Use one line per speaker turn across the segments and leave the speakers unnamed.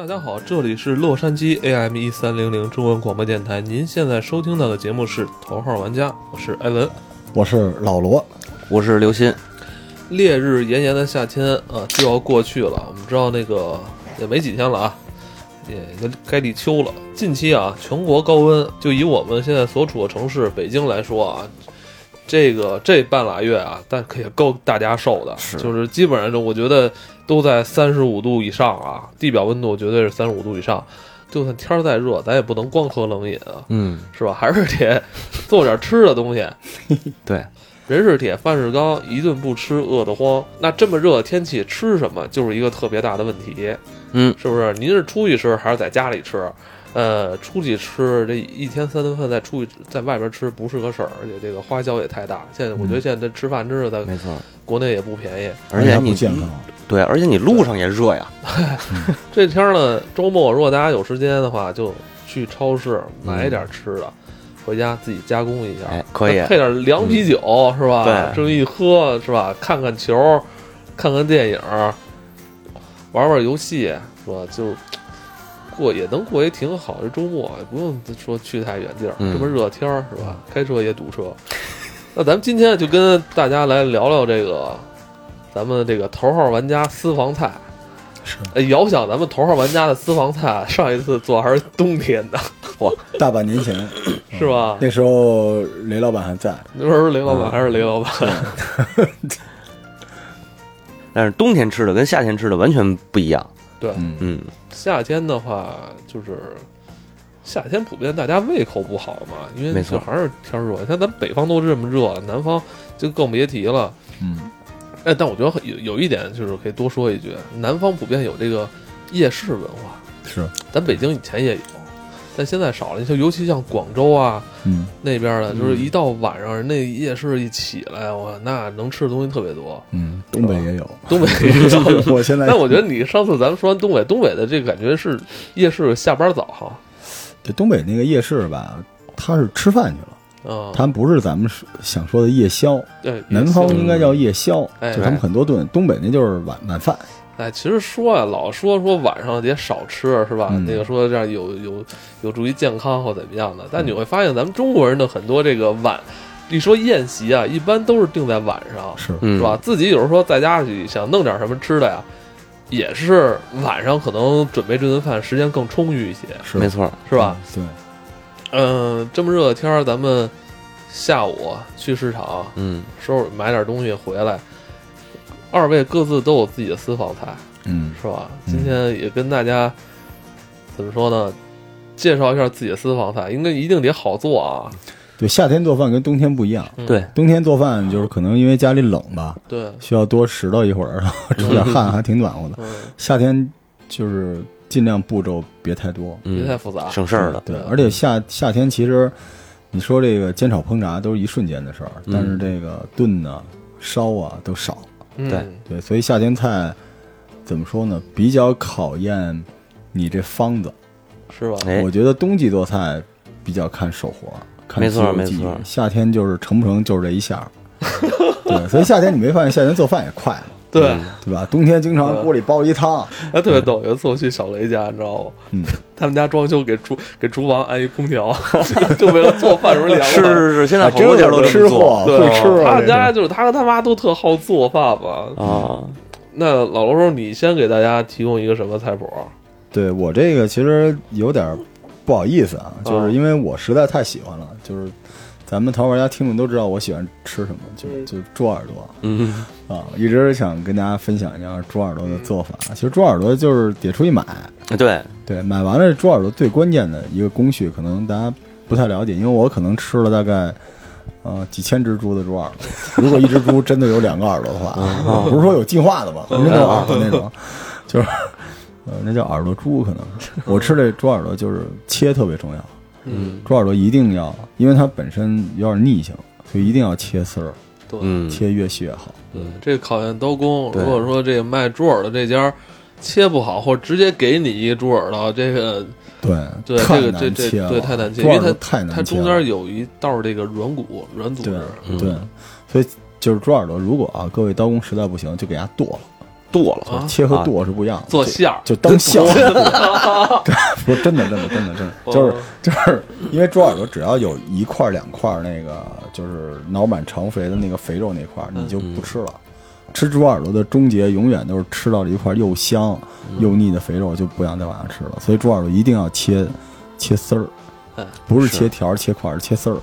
大家好，这里是洛杉矶 AM 一三零零中文广播电台，您现在收听到的节目是《头号玩家》，我是艾文。
我是老罗，
我是刘鑫，
烈日炎炎的夏天啊，就要过去了。我们知道那个也没几天了啊，也该立秋了。近期啊，全国高温，就以我们现在所处的城市北京来说啊，这个这半拉月啊，但可也够大家受的，
是
就是基本上就我觉得都在三十五度以上啊，地表温度绝对是三十五度以上。就算天儿再热，咱也不能光喝冷饮啊，
嗯，
是吧？还是得做点吃的东西。
对，
人是铁，饭是钢，一顿不吃饿得慌。那这么热的天气吃什么，就是一个特别大的问题，
嗯，
是不是？您是出去吃还是在家里吃？呃，出去吃这一天三顿饭，再出去在外边吃不是个事儿，而且这个花销也太大。现在我觉得现在这吃饭真是在
没错，
国内也不便宜。
而且
还
你
不健康，
对，而且你路上也热呀，
这天儿呢，周末如果大家有时间的话，就去超市买点吃的，回家自己加工一下。
嗯哎，可以
再，配点凉啤酒、是吧？
对
这么一喝是吧？看看球，看看电影，玩玩游戏是吧？就过也能过也挺好。这周末也不用说去太远地儿，
嗯
这么热天儿是吧？开车也堵车。那咱们今天就跟大家来聊聊这个咱们这个头号玩家私房菜。
是
哎，遥想咱们头号玩家的私房菜，上一次做还是冬天的，
大半年前，
是吧？
那时候雷老板还在，
那时候雷老板
嗯
还是雷老板，
但是冬天吃的跟夏天吃的完全不一样，
对，
嗯，
嗯，
夏天的话，就是夏天普遍大家胃口不好嘛，因为
没
就
错
还是天热。像咱北方都这么热，南方就更别提了。
嗯，
哎，但我觉得有有一点就是可以多说一句，南方普遍有这个夜市文化，
是，
咱北京以前也有，但现在少了。就尤其像广州啊
嗯，
那边的，
嗯
就是一到晚上，人那夜市一起来，哇，那能吃的东西特别 多。
嗯，东北也有，
东北 也有
我现在，
但我觉得你上次咱们说完东北，东北的这个感觉是夜市下班早哈。
对东北那个夜市吧，他是吃饭去了，
啊，
他们不是咱们想说的夜宵，
对
南方应该叫夜宵，
哎
就他们很多顿，东北那就是晚晚饭，
哎，其实说呀、老说说晚上得少吃是吧？
嗯
那个说这样有有有助于健康或怎么样的，但你会发现咱们中国人的很多这个晚，一说宴席啊，一般都是定在晚上，
是，
嗯，
是吧？？自己有时候说在家里想弄点什么吃的呀，也是晚上可能准备这顿饭时间更充裕一些，
是
嗯没错，
是吧？？
对，
嗯、这么热的天儿，咱们下午去市场
嗯，
收拾买点东西回来，二位各自都有自己的私房菜。
嗯，
是吧？
嗯
今天也跟大家怎么说呢？介绍一下自己的私房菜，应该一定得好做啊。
对，夏天做饭跟冬天不一样，
嗯
对，
冬天做饭就是可能因为家里冷吧，
对，
需要多拾掇一会儿，出点汗还挺暖和的。
嗯，
夏天就是尽量步骤别太多，
别太
嗯，
复杂。
省事儿了，
对
对，
而且夏夏天其实你说这个煎炒烹炸都是一瞬间的事儿，
嗯
但是这个炖啊、烧啊都少，
嗯，
对
对，所以夏天菜怎么说呢？比较考验你这方子。
是吧？
哎
我觉得冬季做菜比较看手活，看
没错
肌肉
没
记忆
错
夏天就是成不成就是这一下儿。对，所以夏天你没发现夏天做饭也快吗？
对，
嗯
对吧？冬天经常
对
锅里煲一汤，
哎，特别逗。有一次我去小雷家，你知道吗？
嗯，
他们家装修给厨给厨房安一空调， 就为了做饭时候 凉快。
是是是，现在
还
好
真
多家都
有
这
吃
么做
货
对
会吃啊。
他
这
们家
是
就是他和他妈都特好做饭嘛。
啊，
那老罗说，你先给大家提供一个什么菜谱？啊
对我这个其实有点不好意思啊，就
啊
是因为我实在太喜欢了，就是咱们淘玩家听众都知道我喜欢吃什么，就
嗯
就猪耳朵
嗯，
啊，一直想跟大家分享一下猪耳朵的做法。其实猪耳朵就是得出去买，
对，
对，买完了猪耳朵最关键的一个工序，可能大家不太了解，因为我可能吃了大概。呃，几千只猪的猪耳朵，如果一只猪真的有两个耳朵的话，
嗯
不是说有进化的吧，真的有耳朵那种，就是，呃，那叫耳朵猪可能是。我吃这猪耳朵就是切特别重要，
嗯，
猪耳朵一定要，因为它本身有点逆性，所以一定要切丝儿，
对，
嗯，
切越细越好。
这考验刀工。
对
如果说这个卖猪耳朵这家切不好，或者直接给你一个猪耳朵，这个
对，
对
太
这个
难
这
切了，
对太难切
猪耳
因为
朵太
它
难切
中
了。
间有一道这个软骨软组织
对，对，所以就是猪耳朵，如果啊各位刀工实在不行，就给它剁了，
剁了
啊
切和剁是不一样的，
做馅儿
就当笑话对，不是真的，真的，真的，真的，就是
哦
就是因为猪耳朵只要有一块儿两块儿那个就是脑满肠肥的那个肥肉那块儿，你就
嗯
不吃了。吃猪耳朵的终结永远都是吃到了一块又香
嗯
又腻的肥肉，就不想再往下吃了。所以猪耳朵一定要切切丝儿
哎，
不是
是
切条儿切块儿，是切丝儿。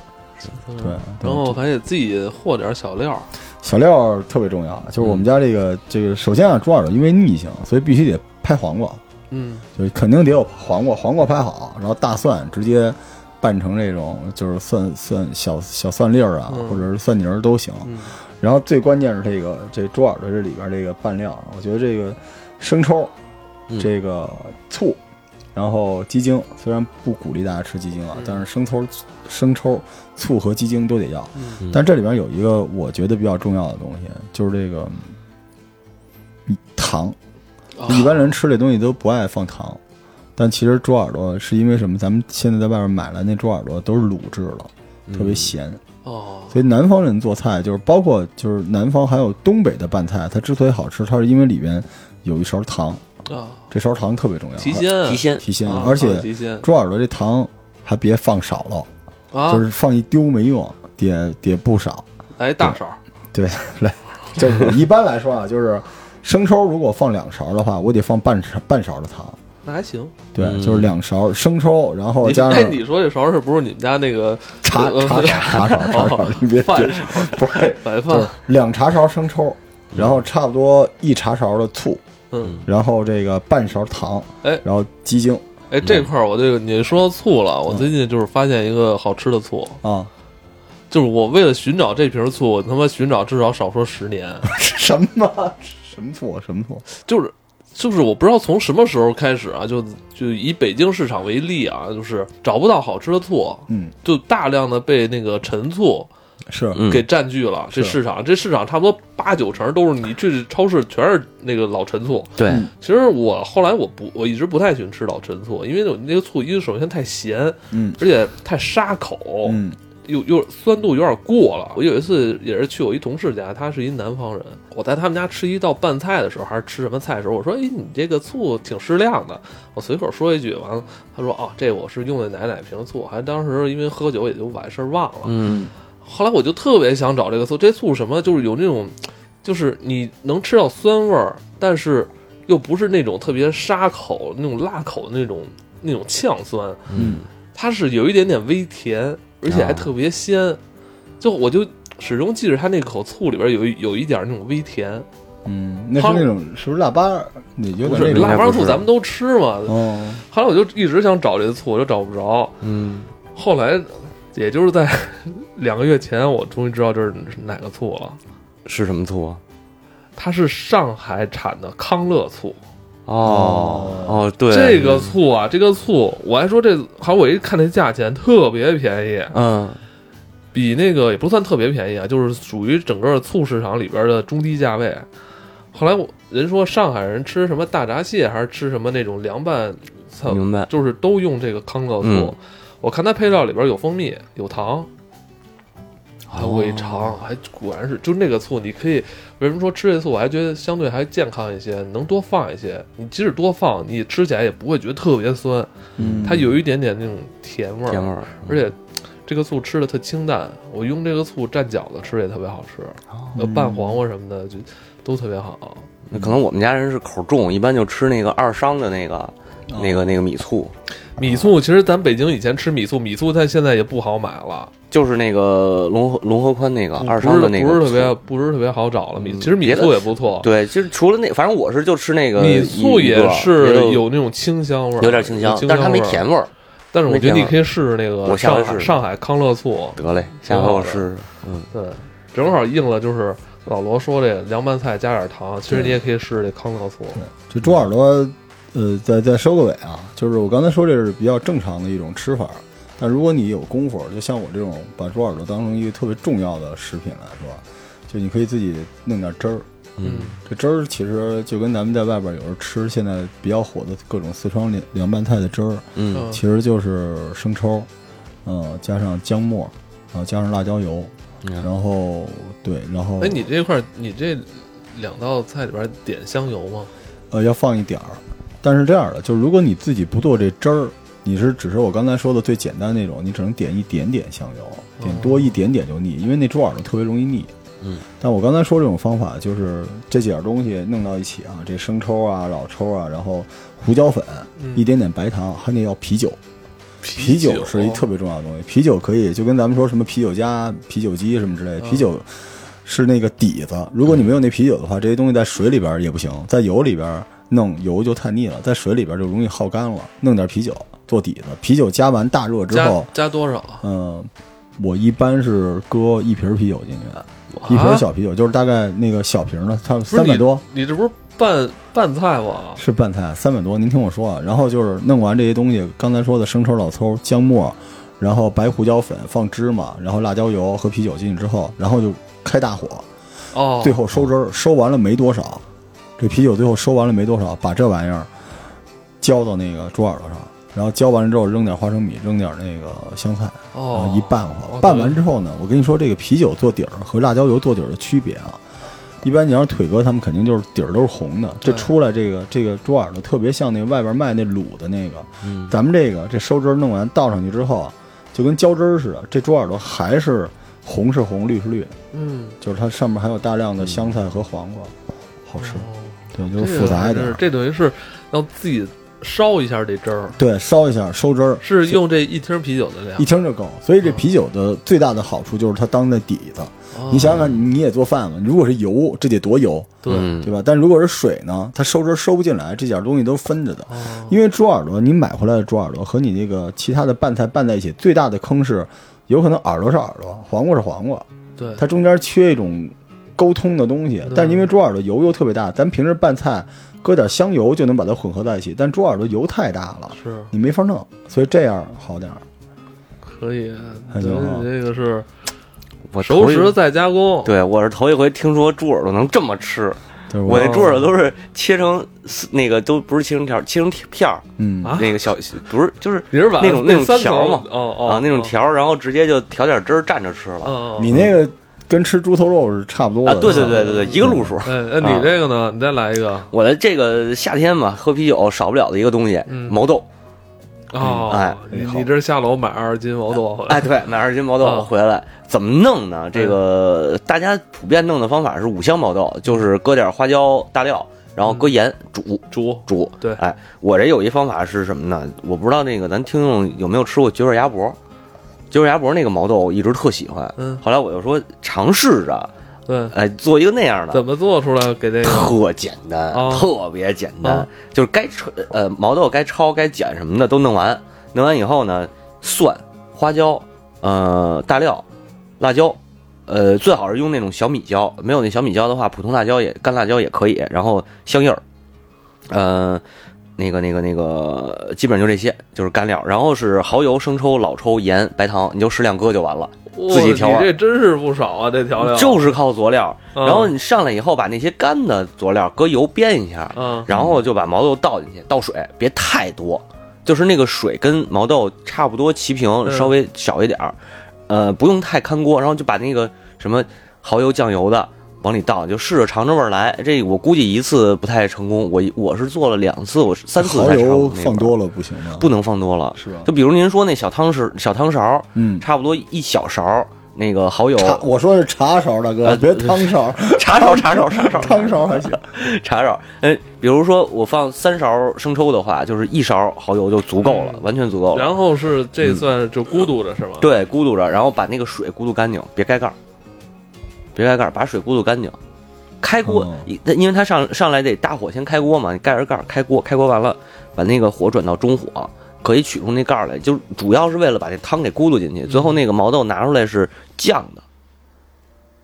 对，
嗯然后还得自己和点小料儿，
小料儿特别重要，就是我们家这个这个，首先啊，猪耳朵因为腻性，所以必须得拍黄瓜。
嗯，
就是肯定得有黄瓜，黄瓜拍好，然后大蒜直接拌成这种就是蒜蒜小小蒜粒儿啊，
嗯
或者是蒜泥儿都行。
嗯
然后最关键是这个这猪耳朵这里边这个拌料，啊我觉得这个生抽、
嗯
这个醋，然后鸡精，虽然不鼓励大家吃鸡精啊，
嗯
但是生抽、生抽、醋和鸡精都得要。
嗯
但这里边有一个我觉得比较重要的东西，就是这个嗯糖。
啊
一般人吃这东西都不爱放糖，但其实猪耳朵是因为什么？咱们现在在外面买来那猪耳朵都是卤制的，
嗯
嗯
特别咸。
哦，
所以南方人做菜就是包括就是南方还有东北的拌菜，它之所以好吃，它是因为里边有一勺糖，
啊，
这勺糖特别重要，
提鲜，
提鲜，
提鲜，
啊，
而且
啊提鲜
猪耳朵这糖还别放少了，
啊，
就是放一丢没用，得得不少。
来大勺儿，
对，来，就是一般来说啊，就是生抽如果放两勺的话，我得放半勺半勺的糖。
那还行。
对，
嗯
就是两勺生抽，然后
你
加
哎，
上
你说这勺是不是你们家那个
茶
呃
茶茶茶勺茶勺
哦，
你别
饭
别
勺
不是，
白
就是
饭？
两茶勺生抽，然后差不多一茶勺的醋，
嗯，
然后这个半勺糖，
哎
然后鸡精
哎，这块儿我这个你说到醋了，
嗯
我最近就是发现一个好吃的醋，
啊，
就是我为了寻找这瓶醋，我他妈寻找至少少说十 年，
什么 什么醋啊什么醋，
就是就是我不知道从什么时候开始啊，就就以北京市场为例啊，就是找不到好吃的醋，
嗯，
就大量的被那个陈醋
是
嗯
给占据了这
是
市场，这市场差不多八九成都是你去超市全是那个老陈醋。
对，
嗯
其实我后来我不我一直不太喜欢吃老陈醋，因为我那个醋一首先太咸，
嗯
而且太沙口，
嗯
又又酸度有点过了。我有一次也是去我一同事家，他是一南方人，我在他们家吃一道拌菜的时候，还是吃什么菜的时候，我说：“哎，你这个醋挺适量的。”我随口说一句，完了他说：“哦，这我是用的奶奶瓶醋，还当时因为喝酒也就把事儿忘了。”
嗯
后来我就特别想找这个醋，这醋是什么？就是有那种，就是你能吃到酸味儿，但是又不是那种特别沙口、那种辣口的那种那种呛酸，
嗯，
它是有一点点微甜，而
啊
且还特别鲜。就我就始终记着它那口醋里边有一有一点那种微甜，
嗯，那是那种是不是腊八儿？你有
不
点那
是
种
腊八
不
醋
是
咱们都吃嘛。
哦，
后来我就一直想找这个醋，我就找不着。
嗯
后来也就是在两个月前，我终于知道这是哪个醋了。
是什么醋啊？
它是上海产的康乐醋，
哦哦，对，
这个醋啊，这个醋，我还说这，好，我一看那价钱特别便宜，
嗯
比那个也不算特别便宜啊，就是属于整个醋市场里边的中低价位。后来我人说上海人吃什么大闸蟹，还是吃什么那种凉拌，操，
明白
就是都用这个康乐醋。
嗯
我看它配料里边有蜂蜜，有糖，还有
哦
胃肠，还果然是就那个醋，你可以为什么说吃这醋，我还觉得相对还健康一些，能多放一些。你即使多放，你吃起来也不会觉得特别酸，
嗯，
它有一点点那种甜味儿，
甜味儿，
而且。这个醋吃的特清淡，我用这个醋蘸饺子吃也特别好吃，
哦
呃，拌黄瓜什么的就都特别
啊
好。
那可能我们家人是口重，一般就吃那个二商的那
哦
个那个那个米醋，
米醋其实咱北京以前吃米醋，米醋它现在也不好买了，
就是那个龙河龙河宽那个啊二
不
商
是
的那个
不是特
醋
别不是特别好找了。米
嗯
其实米
别的
醋也不错，
对，其实除了那，反正我是就吃那个
米醋
一一
也
个
是
别的
有那种清香味儿，
有点清香
有，
但是它没
味儿
甜。味儿。
但是我觉得
没甜味
你
儿
可以试试那个
我下回
上海
试试
上海康乐醋，
得嘞，下回我试试。嗯，
对，正好应了就是老罗说这凉拌菜加点糖，其实你也可以试试这康乐醋。
嗯
这猪耳朵，呃，再再收个尾啊，就是我刚才说这是比较正常的一种吃法，但如果你有功夫，就像我这种把猪耳朵当成一个特别重要的食品来说，就你可以自己弄点汁儿。
嗯，
这汁儿其实就跟咱们在外边有时候吃现在比较火的各种四川凉凉拌菜的汁儿，
嗯
其实就是生抽，嗯，加上姜末，呃然后加上辣椒油，
嗯
然后对，然后
哎哎，你这块儿你这两道菜里边点香油吗？
呃，要放一点儿。但是这样的，就是如果你自己不做这汁儿，你是只是我刚才说的最简单那种，你只能点一点点香油，点多一点点就腻，因为那猪耳朵特别容易腻。
哦嗯，
但我刚才说这种方法，就是这几样东西弄到一起啊，这生抽啊、老抽啊，然后胡椒粉，
嗯
一点点白糖，还得要啤酒。啤酒是一特别重要的
哦
东西，啤酒可以就跟咱们说什么啤酒加啤酒鸡什么之
嗯
类的，啤酒是那个底子。如果你没有那啤酒的话，这些东西在水里边儿也不行，在油里边儿弄油就太腻了，在水里边儿就容易耗干了，弄点啤酒做底子。啤酒加完大热之
加
后，
加多少啊？
嗯，我一般是搁一瓶啤酒进去，
哇
一瓶小啤酒就是大概那个小瓶的，它
啊不是
三百
你
多。
你这不是拌拌菜吗？
是拌菜，三百多。您听我说啊，然后就是弄完这些东西，刚才说的生抽、老抽、姜末，然后白胡椒粉、放芝麻，然后辣椒油和啤酒进去之后，然后就开大火，
哦，
最后收汁儿，收完了没多少，这啤酒最后收完了没多少，把这玩意儿浇到那个猪耳朵上，然后浇完了之后扔点花生米，扔点那个香菜，然
哦
啊后一拌
哦
和，拌完之后呢，我跟你说这个啤酒做底儿和辣椒油做底儿的区别啊。一般你要是腿哥他们肯定就是底儿都是红的，这
对
出来这个这个猪耳朵特别像那外边卖那卤的那个，
嗯
咱们这个这收汁儿弄完倒上去之后啊，就跟浇汁儿似的，这猪耳朵还是红是红，绿是绿，
嗯，
就是它上面还有大量的香菜和黄瓜，好吃。
哦
对，就是复杂一点
这个
儿
还真是。这等于是要自己烧一下这汁儿，
对，烧一下收汁儿，
是用这嗯一听啤酒的量
一。听就够。所以这啤酒的最大的好处就是它当的底子。
哦
你想，想，你也做饭嘛，如果是油，这得多油，
对，
嗯
对吧？但如果是水呢，它收汁儿收不进来，这点儿东西都是分着的。
哦
因为猪耳朵，你买回来的猪耳朵和你那个其他的拌菜拌在一起，最大的坑是，有可能耳朵是耳朵，黄瓜是黄瓜，
对，
它中间缺一种沟通的东西。但是因为猪耳朵油又特别大，咱平时拌菜搁点香油就能把它混合在一起，但猪耳朵油太大了，
是
你没法弄，所以这样好点儿。
可以，
还
等
行
于
啊
你这个是
我
熟
头一
食再加工。
对我是头一回听说猪耳朵能这么吃，
对
我那猪耳朵都是切成丝那个都不是切成条，切成片儿，
嗯
啊
那个小不是就是
你是把
那种
那
那种
三
条
层
嘛
哦哦
啊那种
哦
条儿，然后直接就调点汁儿蘸着吃了
哦，哦
你那个跟吃猪头肉是差不多
啊，
的。
对对对对对，一个路数。
哎，那你这个呢？你再来一个
我的这个夏天嘛，喝啤酒少不了的一个东西，
嗯
毛豆。
哦！
哎
你
好
你这下楼买二十斤毛豆回来
哎，对，买二斤毛
啊
豆回来怎么弄呢？这
嗯
个大家普遍弄的方法是五香毛豆，就是搁点花椒、大料，然后搁盐煮
煮，
煮。
嗯对
哎，我这有一方法是什么呢？我不知道那个咱听众有没有吃过绝味鸭脖，绝味鸭脖那个毛豆我一直特喜欢，
嗯，
后来我就说尝试着，
对，
哎，做一个那样的
嗯怎。么做出来给这个？
特简单，
哎哦
特别简单，
哦
就是该扯呃毛豆该焯该剪什么的都弄完，弄完以后呢，蒜、花椒、呃大料、辣椒，呃最好是用那种小米椒，没有那小米椒的话，普通辣椒也干辣椒也可以，然后香叶儿，呃那个那个那个基本上就这些，就是干料，然后是蚝油、生抽、老抽、盐、白糖，你就适量搁就完了，
哇
自己调
你
味
这真是不少啊！这调料
就是靠佐料。
嗯
然后你上来以后，把那些干的佐料搁油煸一下，
嗯
然后就把毛豆倒进去，倒水，别太多，就是那个水跟毛豆差不多齐平，
嗯
稍微少一点儿，呃，不用太看锅，然后就把那个什么蚝油、酱油的往里倒，就试着尝着味儿来。这我估计一次不太成功，我我是做了两次，我是三次
蚝
才尝
油
过那个
放多了不行吗？
不能放多了，
是吧
就比如您说那小汤匙、小汤勺，
嗯，
差不多一小勺那个蚝油，
茶我说是茶勺，大哥，
呃
别汤勺，
茶勺、茶勺、茶勺、
汤勺还行。
茶勺，嗯，比如说我放三勺生抽的话，就是一勺蚝油就足够了，完全足够了。嗯
然后是这算就孤独着是吗？
对，咕嘟着，然后把那个水咕嘟干净，别盖盖儿，别盖盖儿，把水咕嘟干净。开锅
哦，
一它因为它上上来得大火先开锅嘛，你盖着盖儿开锅，开锅完了把那个火转到中火，可以取出那盖儿来，就主要是为了把那汤给咕嘟进去。最后那个毛豆拿出来是酱的，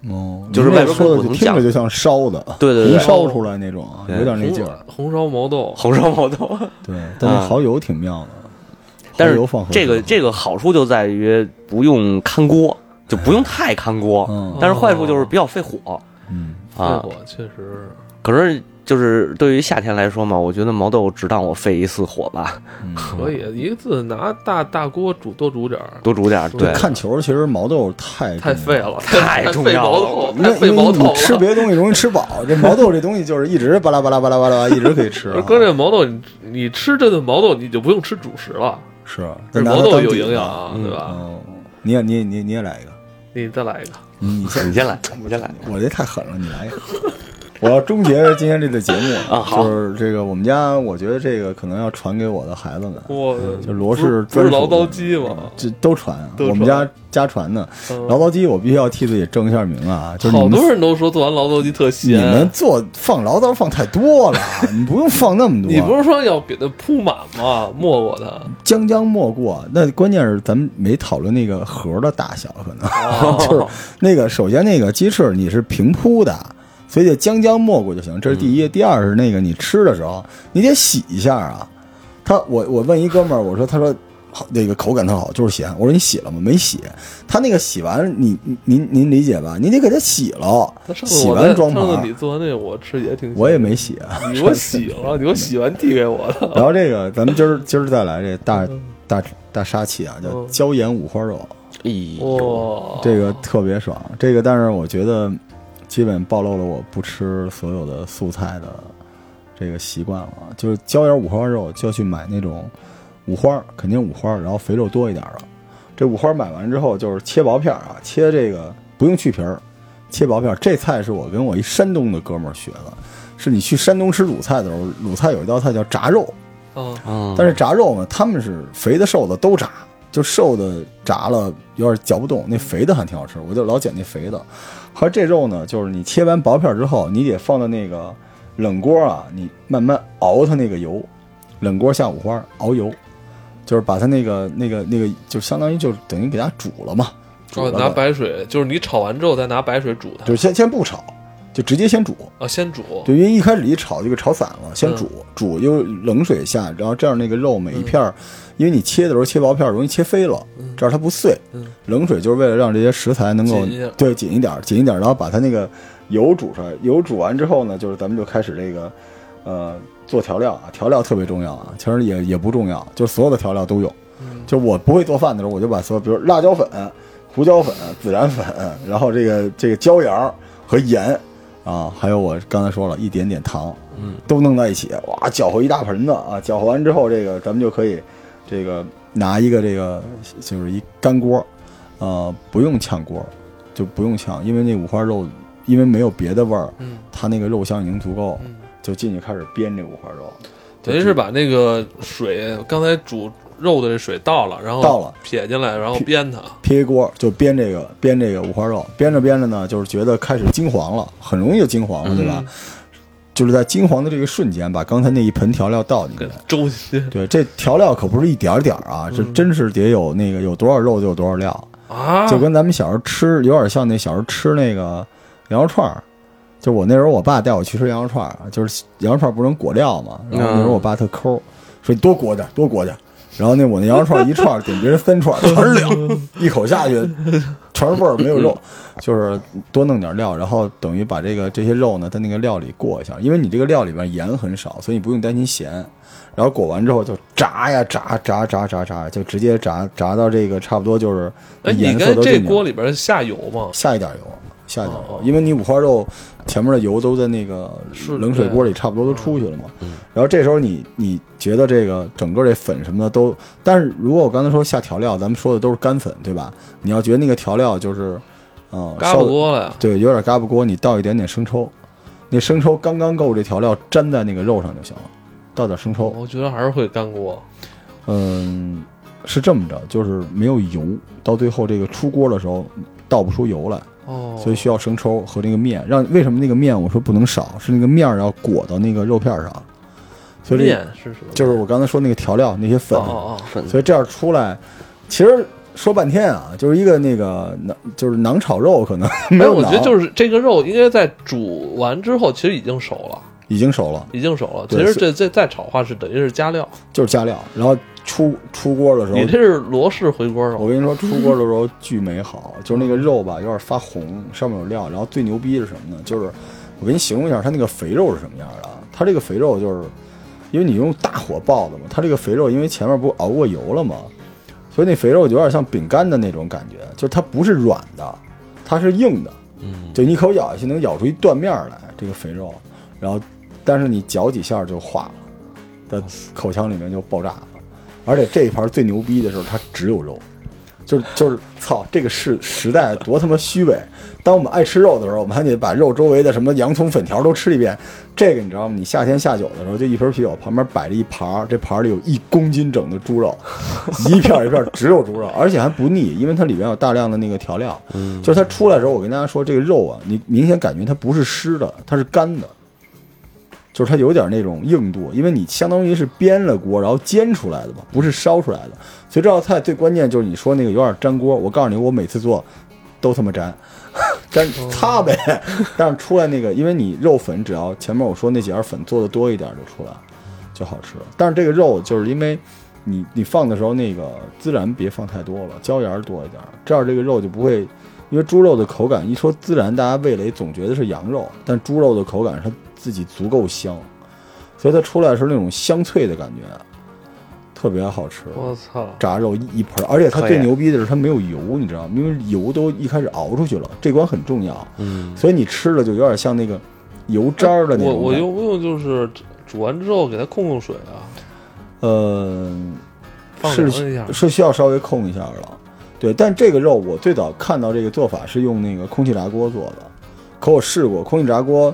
哦，
就是
你这
外边
说
跟
的就
普通
听
酱
着就像烧的，
对对对
红烧出来那种啊，
对嗯
有点那劲儿。
红红烧毛豆，
红烧毛豆。
对，但那蚝油挺妙的。
但
蚝
是
油放合适
这个这个好处就在于不用看锅，就不用太看锅。
嗯
哦
但是坏处就是比较费火
嗯，
这
啊。
我确实
可是就是对于夏天来说嘛，我觉得毛豆只当我费一次火吧，
嗯
可以一个字拿大大锅煮多煮点儿，
多煮点儿。
就
对，
看球其实毛豆太
太
重
费
要
了，
太
太
重
费
要
毛
了
头，
因为
太费
因
毛
为
头
你
了。
吃别的东西容易吃饱，这毛豆这东西就是一直巴拉巴拉巴拉巴拉巴拉，一直可以吃 啊、
而哥，这毛豆，你你吃这顿毛豆，你就不用吃主食了，
是啊
这
拿它
毛豆
当
有
底子
营养啊，
嗯
对吧？
哦，你也你也你也你也来一个，
你再来一个，
你 先
你先来，你先来。
我这太狠了，你来一个。我要终结今天这个节目
啊好
就是这个我们家，我觉得这个可能要传给我的孩子们，
我
就
不
罗
是
氏
不是
专属
醪糟
的
鸡吗？
这都传啊，
都
我们
传
家家传的
嗯
醪糟鸡，我必须要替自己正一下名啊，就是你
好
们
多人啊都说做完醪糟鸡特
你
咸，
们做放醪糟放太多了，啊你不用放那么多，
你不是说要给它铺满吗？没过 它，
将将没过。那关键是咱们没讨论那个盒儿的大小，可能、
啊
就是那个首先那个鸡翅你是平铺的，所以得将将没过就行，这是第一。第二是那个你吃的时候你得洗一下啊。他我我问一哥们儿，我说他说好那个口感特好，就是咸。我说你洗了吗？没洗。他那个洗完你你您您理解吧？你得给他洗了
那，上次
洗
我
完
在
装盘
上次
儿
你。做完那个我吃也挺，
我也没洗啊，
你给我洗了，你给我洗完递给我 的，
然后这个，咱们今儿今儿再来这大大大杀器啊，叫
嗯
椒盐五花肉，
咦，
哦
哇，
这个特别爽。这个，但是我觉得基本暴露了我不吃所有的素菜的这个习惯了。就是椒盐五花肉，就要去买那种五花儿，肯定五花儿，然后肥肉多一点儿的。这五花儿买完之后，就是切薄片儿啊，切这个不用去皮儿，切薄片儿。这菜是我跟我一山东的哥们儿学的，是你去山东吃鲁菜的时候，鲁菜有一道菜叫炸肉。
啊，
嗯，
但是炸肉呢，他们是肥的瘦的都炸，就瘦的炸了有点嚼不动，那肥的还挺好吃，我就老捡那肥的。和这肉呢，就是你切完薄片之后，你得放到那个冷锅啊，你慢慢熬它那个油，冷锅下五花熬油，就是把它那个那个那个，就相当于就是等于给它煮了嘛，煮
哦
了
拿
的，
白水，就是你炒完之后再拿白水煮它
就是先先不炒，就直接先煮，
啊，先煮，
对，因为一开始一炒就给炒散了，先煮，煮又冷水下，然后这样那个肉每一片儿，因为你切的时候切薄片儿容易切飞了，这样它不碎。
嗯
冷水就是为了让这些食材能够
紧一点
对紧一点儿，紧一点儿，然后把它那个油煮出来。油煮完之后呢，就是咱们就开始这个呃做调料啊，调料特别重要啊，其实也也不重要，就是所有的调料都有。
嗯
就我不会做饭的时候，我就把所有，比如辣椒粉、胡椒粉、孜然粉，然后这个这个椒盐儿和盐啊，还有我刚才说了一点点糖，嗯，都弄在一起，哇，搅和一大盆子啊，搅和完之后，这个咱们就可以这个拿一个这个就是一干锅，呃，不用炝锅，就不用炝，因为那五花肉因为没有别的味儿，
嗯，
它那个肉香已经足够
嗯，
就进去开始煸这五花肉，
等于是把那个水刚才煮肉的这水倒了，然后
倒了
撇进来，然后煸它，
撇一锅就煸这个煸这个五花肉，煸着煸着呢，就是觉得开始金黄了，很容易就金黄了，对吧？就是在金黄的这个瞬间，把刚才那一盆调料倒进去
给。它粥进去
对，这调料可不是一点儿点儿啊，这真是得有那个有多少肉就有多少料，
啊，
就跟咱们小时候吃有点像那小时候吃那个羊肉串儿。就我那时候，我爸带我去吃羊肉串儿，就是羊肉串儿不能裹料嘛。然后那时候我爸特抠，说你多裹点儿，多裹点儿。然后那我那羊肉串儿一串儿 顶别人三串儿，全是料，一口下去全是味儿，没有肉。就是多弄点料，然后等于把这个这些肉呢，在那个料里过一下，因为你这个料里边盐很少，所以你不用担心咸。然后裹完之后就炸呀炸炸炸炸炸，就直接炸炸到这个差不多就是
哎，你
颜色
跟
都
这
定了
锅里哦边下油吗？
下一点油，下一点油，因为你五花肉前面的油都在那个
是嗯
冷水锅里差不多都出去了嘛。然后这时候你你觉得这个整个这粉什么的都，但是如果我刚才说下调料，咱们说的都是干粉对吧？你要觉得那个调料就是，嗯、
嘎
稍
巴
微
锅了呀，
对，有点嘎巴锅，你倒一点点生抽，那生抽刚刚够这调料粘在那个肉上就行了，倒点生抽，
我觉得还是会干锅。
嗯，是这么着，就是没有油，到最后这个出锅的时候倒不出油来。
哦，
所以需要生抽和那个面，让为什么那个面我说不能少，是那个面儿要裹到那个肉片儿上，所以这
面是什么？
就是我刚才说那个调料那些粉，
哦哦
粉
所以这样出来，其实说半天啊，就是一个那个馕就是馕炒肉，可能
哦，哎，
没有
我觉得
馕，
就是这个肉应该在煮完之后，其实已经熟了，
已经熟了，
已经熟了。其
对
实这这再炒的话是等于是加料。
就是加料，然后出出锅的时候
你，这是罗氏回锅肉
我跟你说，出锅的时候巨美好，就是那个肉吧，有点发红，上面有料。然后最牛逼是什么呢？就是我给你形容一下它那个肥肉是什么样的啊？它这个肥肉就是，因为你用大火爆的嘛，它这个肥肉因为前面不熬过油了嘛，所以那肥肉有点像饼干的那种感觉，就是它不是软的，它是硬的，
嗯，
就你一口咬下去能咬出一断面儿来，这个肥肉，然后但是你嚼几下就化了，在口腔里面就爆炸了。而且这一盘最牛逼的是它只有肉，就是就是操，这个是时代多他妈虚伪！当我们爱吃肉的时候，我们还得把肉周围的什么洋葱、粉条都吃一遍。这个你知道吗？你夏天下酒的时候，就一瓶啤酒旁边摆着一盘儿，这盘儿里有一公斤整的猪肉， 一片儿一片儿只有猪肉，而且还不腻，因为它里面有大量的那个调料。就是它出来的时候，我跟大家说，这个肉啊，你明显感觉它不是湿的，它是干的，就是它有点那种硬度，因为你相当于是煸了锅，然后煎出来的嘛，不是烧出来的。所以这道菜最关键就是你说那个有点粘锅，我告诉你，我每次做都他妈粘， 粘擦呗。 但是出来那个，因为你肉粉只要前面我说那几样粉做的多一点就出来了就好吃了。但是这个肉就是因为你你放的时候那个孜然别放太多了，椒盐儿多一点，这样这个肉就不会。因为猪肉的口感，一说孜然，大家味蕾总觉得是羊肉，但猪肉的口感是它自己足够香，所以它出来的时候那种香脆的感觉，特别好吃。
我操，
炸肉一一盆儿，而且它
可以
最牛逼的是它没有油，你知道吗？因为油都一开始熬出去了，这关很重要，
嗯，
所以你吃了就有点像那个油渣儿的那
我
种。
我用不用就是煮完之后给它控控水啊？
呃，
放
是
凉一下
是需要稍微控一下了。对，但这个肉我最早看到这个做法是用那个空气炸锅做的，可我试过空气炸锅，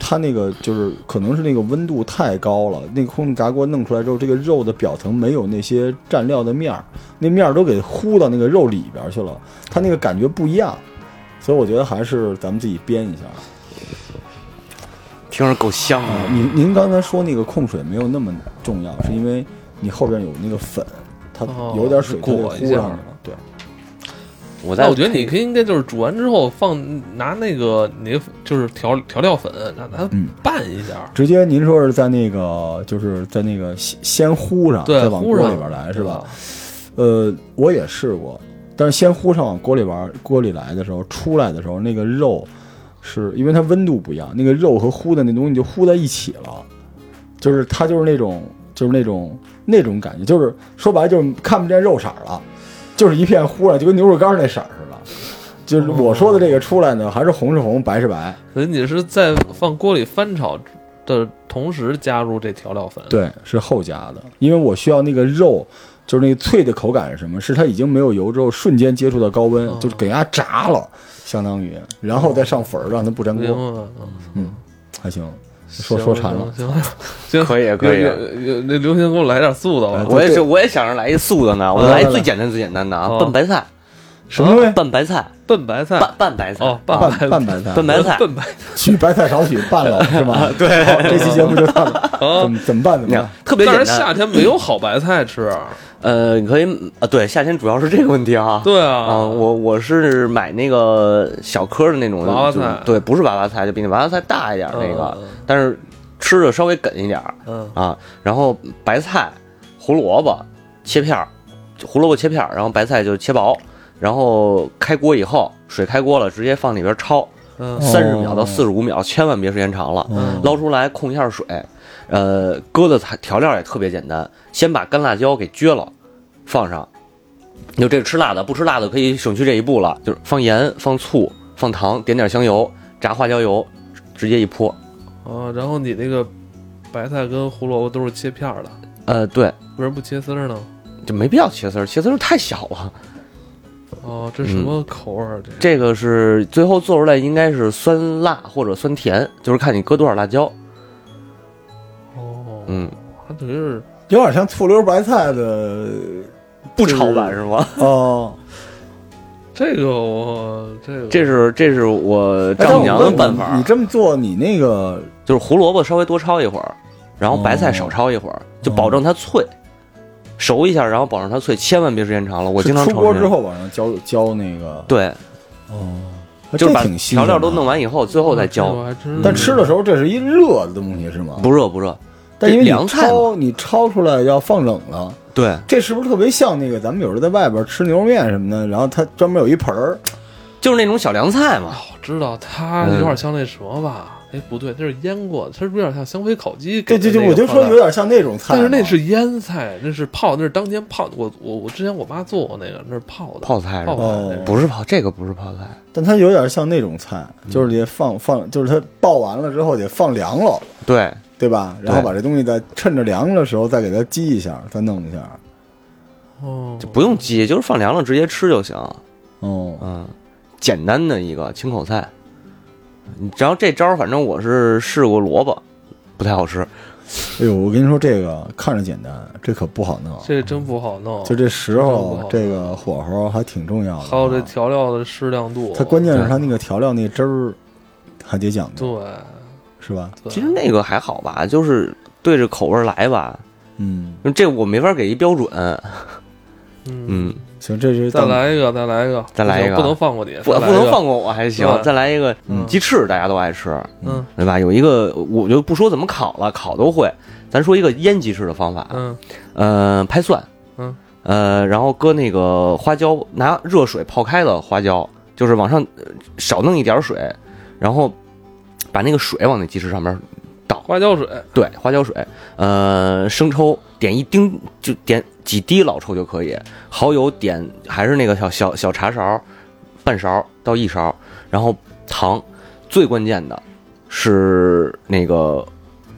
它那个就是可能是那个温度太高了，那个空气炸锅弄出来之后，这个肉的表层没有那些蘸料的面儿，那面儿都给糊到那个肉里边儿去了，它那个感觉不一样，所以我觉得还是咱们自己编一下。
听着够香
嗯
啊，
啊，
您您刚才说那个控水没有那么重要，是因为你后边有那个粉，它
哦
有点水它就
裹
糊上
一
去
下
了。对，
我在
那我觉得你可以应该就是煮完之后放拿那个你就是调调料粉，让它
嗯
拌一下。
直接您说是在那个就是在那个先先糊上，
对，
再往
糊
锅
上
里边来是
啊
吧？？呃，我也试过，但是先糊上往锅里边儿锅里来的时候，出来的时候那个肉是因为它温度不一样，那个肉和糊的那东西就糊在一起了，就是它就是那种就是那种那种感觉，就是说白了就是看不见肉色儿了，就是一片糊了，就跟牛肉干儿那色儿似的。就是我说的这个出来呢，还是红是红，白是白。
所以你是在放锅里翻炒的同时加入这调料粉。
对，是后加的，因为我需要那个肉，就是那个脆的口感是什么？是它已经没有油之后，瞬间接触到高温，
嗯
哦
就是给它炸了，相当于，然后再上粉儿，让它不粘
明
锅，
白了，嗯
还行。说说馋了，
行行行，
可以可以
有有有那刘鑫给我来点素的吧
哎。
我也是，我也想着来一素的呢，我
来
来
来
最简单最简单的啊，
哦
拌白菜，
什么东西？
拌白菜，
笨白菜
拌啊拌白菜，
哦，
拌
白
拌白菜，
拌白 菜，
笨白菜
取白菜少许，拌 了是吗？对，好，这期节目就到了，
啊
怎么怎么办？怎
你
么办？
看特别
但
简
是夏
单。
天没有好白菜吃，
呃，你可以啊，对，夏天主要是这个问题啊。
对啊，
啊，我我是买那个小颗的那种
娃娃菜
就是对，不是娃娃菜，就比那娃娃菜大一点儿那个
嗯，
但是吃的稍微梗一点儿
嗯
啊。然后白菜、胡萝卜切片儿，胡萝卜切片儿，然后白菜就切薄，然后开锅以后，水开锅了，直接放里边焯
嗯
三十秒到四十五秒，千万别时间长了。
嗯
捞出来控一下水，呃，搁的材调料也特别简单，先把干辣椒给撅了，放上。就这个吃辣的，不吃辣的可以省去这一步了，就是放盐、放醋、放糖，点点香油，炸花椒油，直接一泼。
啊，然后你那个白菜跟胡萝卜都是切片儿的，
呃，对，
为什么不切丝儿呢？
就没必要切丝儿，切丝儿太小了。
哦，这什
嗯
么口味儿？啊这
这个是最后做出来应该是酸辣或者酸甜，就是看你搁多少辣椒。
哦，
嗯，
它等于是
有点像醋溜白菜的
不炒版是吗？
哦，
这个我这个
这是这是我
哎但
丈母
我
娘
问
的
你
办法。
你这么做，你那个
就是胡萝卜稍微多焯一会儿，然后白菜少焯一会儿，就保证它脆，熟一下，然后保证它脆，千万别时间长了。我
是
经常
出
炒
锅
这
之
个
后往上浇浇那个，
对，
哦，还
就是
真
把
挺新
调料
鲜
都
的
弄完以后，最后再
这我
浇，
还真
但吃的时候这是一热的东西是吗？
不热不热。
但因为你
凉菜
焯你焯出来要放冷了，
对，
这是不是特别像那个咱们有时候在外边吃牛肉面什么的，然后它专门有一盆儿，
就是那种小凉菜嘛。
哦，知道它有点像那什么吧？哎，不对，那是腌过，它是不是有点像香妃烤鸡给
对
的那
对
个
对，
泡菜？
我就说有点像那种菜嘛，
但是那是腌菜，那是泡，那是当天泡的。我我我之前我妈做过那个，那是泡的。
泡菜是吧
泡菜那
哦
是
不是泡，这个不是泡菜，
但它有点像那种菜，就是得放放，就是它爆完了之后得放凉了，
对，
对吧？然后
对
把这东西再趁着凉的时候再给它激一下，再弄一下。
哦，
就不用鸡，就是放凉了直接吃就行。
哦，
嗯，简单的一个清口菜。然后这招儿反正我是试过萝卜，不太好吃。
哎呦，我跟你说，这个看着简单，这可不好弄。
这真不好弄。
就这时候，
真
这个火候还挺重要的啊。
还有这调料的适量度，
它关键是它那个调料那汁儿还得讲究，
对，
是吧？
对啊
其实那个还好吧，就是对着口味儿来吧。
嗯，
这我没法给一标准。
嗯，
嗯，
行，这是
再来一个，再来一个，
再来一
不
个
行不能放过你，
我
再来一
不
个
能放过我还行。
对
再来一个
嗯
鸡翅，大家都爱吃，
嗯
对吧？有一个我就不说怎么烤了，烤都会。咱说一个腌鸡翅的方法，
嗯
呃，拍蒜，
嗯，
呃，然后搁那个花椒，拿热水泡开的花椒，就是往上呃少弄一点水，然后把那个水往那鸡翅上面，
花椒水，
对，花椒水，呃，生抽点一丁，就点几滴老抽就可以，蚝油点还是那个小小小茶勺，半勺到一勺，然后糖，最关键的是那个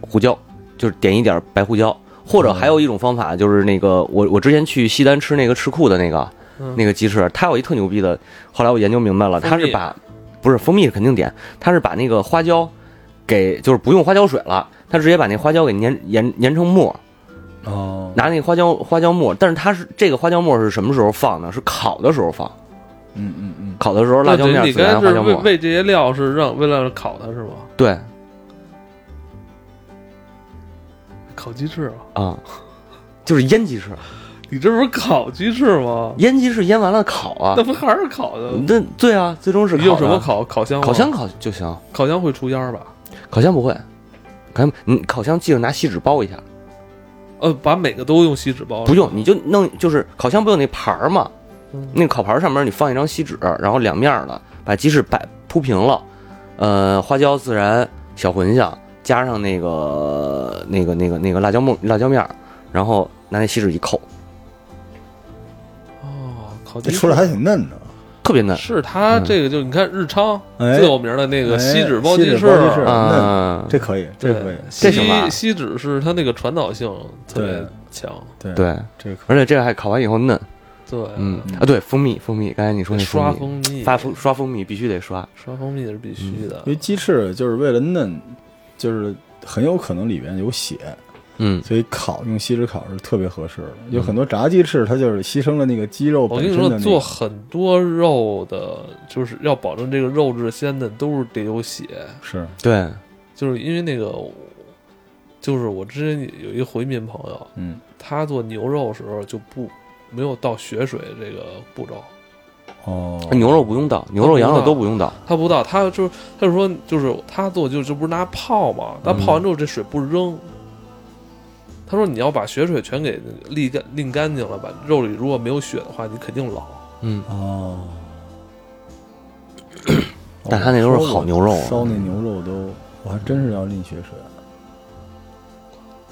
胡椒，就是点一点白胡椒，或者还有一种方法就是那个我我之前去西单吃那个吃库的那个
嗯
那个鸡翅，它有一特牛逼的，后来我研究明白了，
蜂
它是
蜜
把不是蜂蜜是肯定点，它是把那个花椒给就是不用花椒水了，它直接把那花椒给研研研成沫，
哦，
拿那花椒花椒沫，但是它是这个花椒沫是什么时候放呢？是烤的时候放，
嗯嗯嗯，
烤的时候辣 椒
那
面
你
孜
刚才
然花
是
椒
为
沫，
为这些料是让为了烤它是吗？
对啊。
烤鸡翅啊？
就是腌鸡翅，
你这不是烤鸡翅吗？
腌鸡翅腌完了烤啊
那，不还是烤的？
那对啊，最终是
你用
烤
什
的
么？烤？烤箱？
烤箱？烤就行，
烤箱会出烟儿吧？
烤箱不会。烤箱，嗯，烤箱记得拿锡纸包一下，
呃，把每个都用锡纸包。
不用你就弄，就是烤箱不有那盘儿吗？
嗯，
那个烤盘上面你放一张锡纸，然后两面儿的把鸡翅摆铺平了，呃，花椒、孜然、小茴香，加上那个那个那个那个辣椒末、辣椒面儿，然后拿那锡纸一扣，
哦，烤鸡
这
翅
哎出来还挺嫩的。
特别嫩。
是它
嗯
这个就你看日昌
哎
最有名的那个
哎
锡纸包
锡
鸡
纸
翅，
包鸡翅
啊，
这可以，这可以
对，，
这行吧
锡锡纸是它那个传导性特别
对
强，
对
对，
这可
而且这个还烤完以后嫩，
对，
嗯啊，对，蜂蜜，蜂蜜，刚才你说那
刷
蜂
蜂蜜，
蜜，发嗯蜂刷蜂蜜必须得刷，
刷蜂蜜是必须的
以，因，为鸡翅就是为了嫩，就是很有可能里面有血，
嗯，
所以烤用锡纸烤是特别合适的。有很多炸鸡翅，它就是牺牲了那个鸡肉
嗯我
本
跟你
身的、
说，
那个。
做很多肉的，就是要保证这个肉质鲜嫩，都是得有血，
是，
对，
就是因为那个，就是我之前有一个回民朋友，
嗯，
他做牛肉的时候就不没有倒血水这个步骤，
哦，
牛肉不用倒，牛肉、羊肉都不用倒，
他不倒，他就是他就说就是他做就就不是拿泡嘛，他泡完之后这水不扔。他说：“你要把血水全给沥干、沥干净了，把肉里如果没有血的话，你肯定老。
嗯，
哦，
但它那都是好牛肉啊
烧那牛肉都，我还真是要淋血水。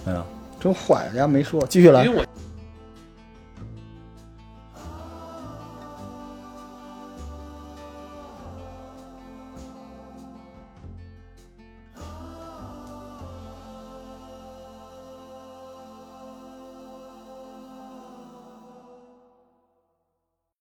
哎呀，真坏，人家没说，继续
因为
来。
我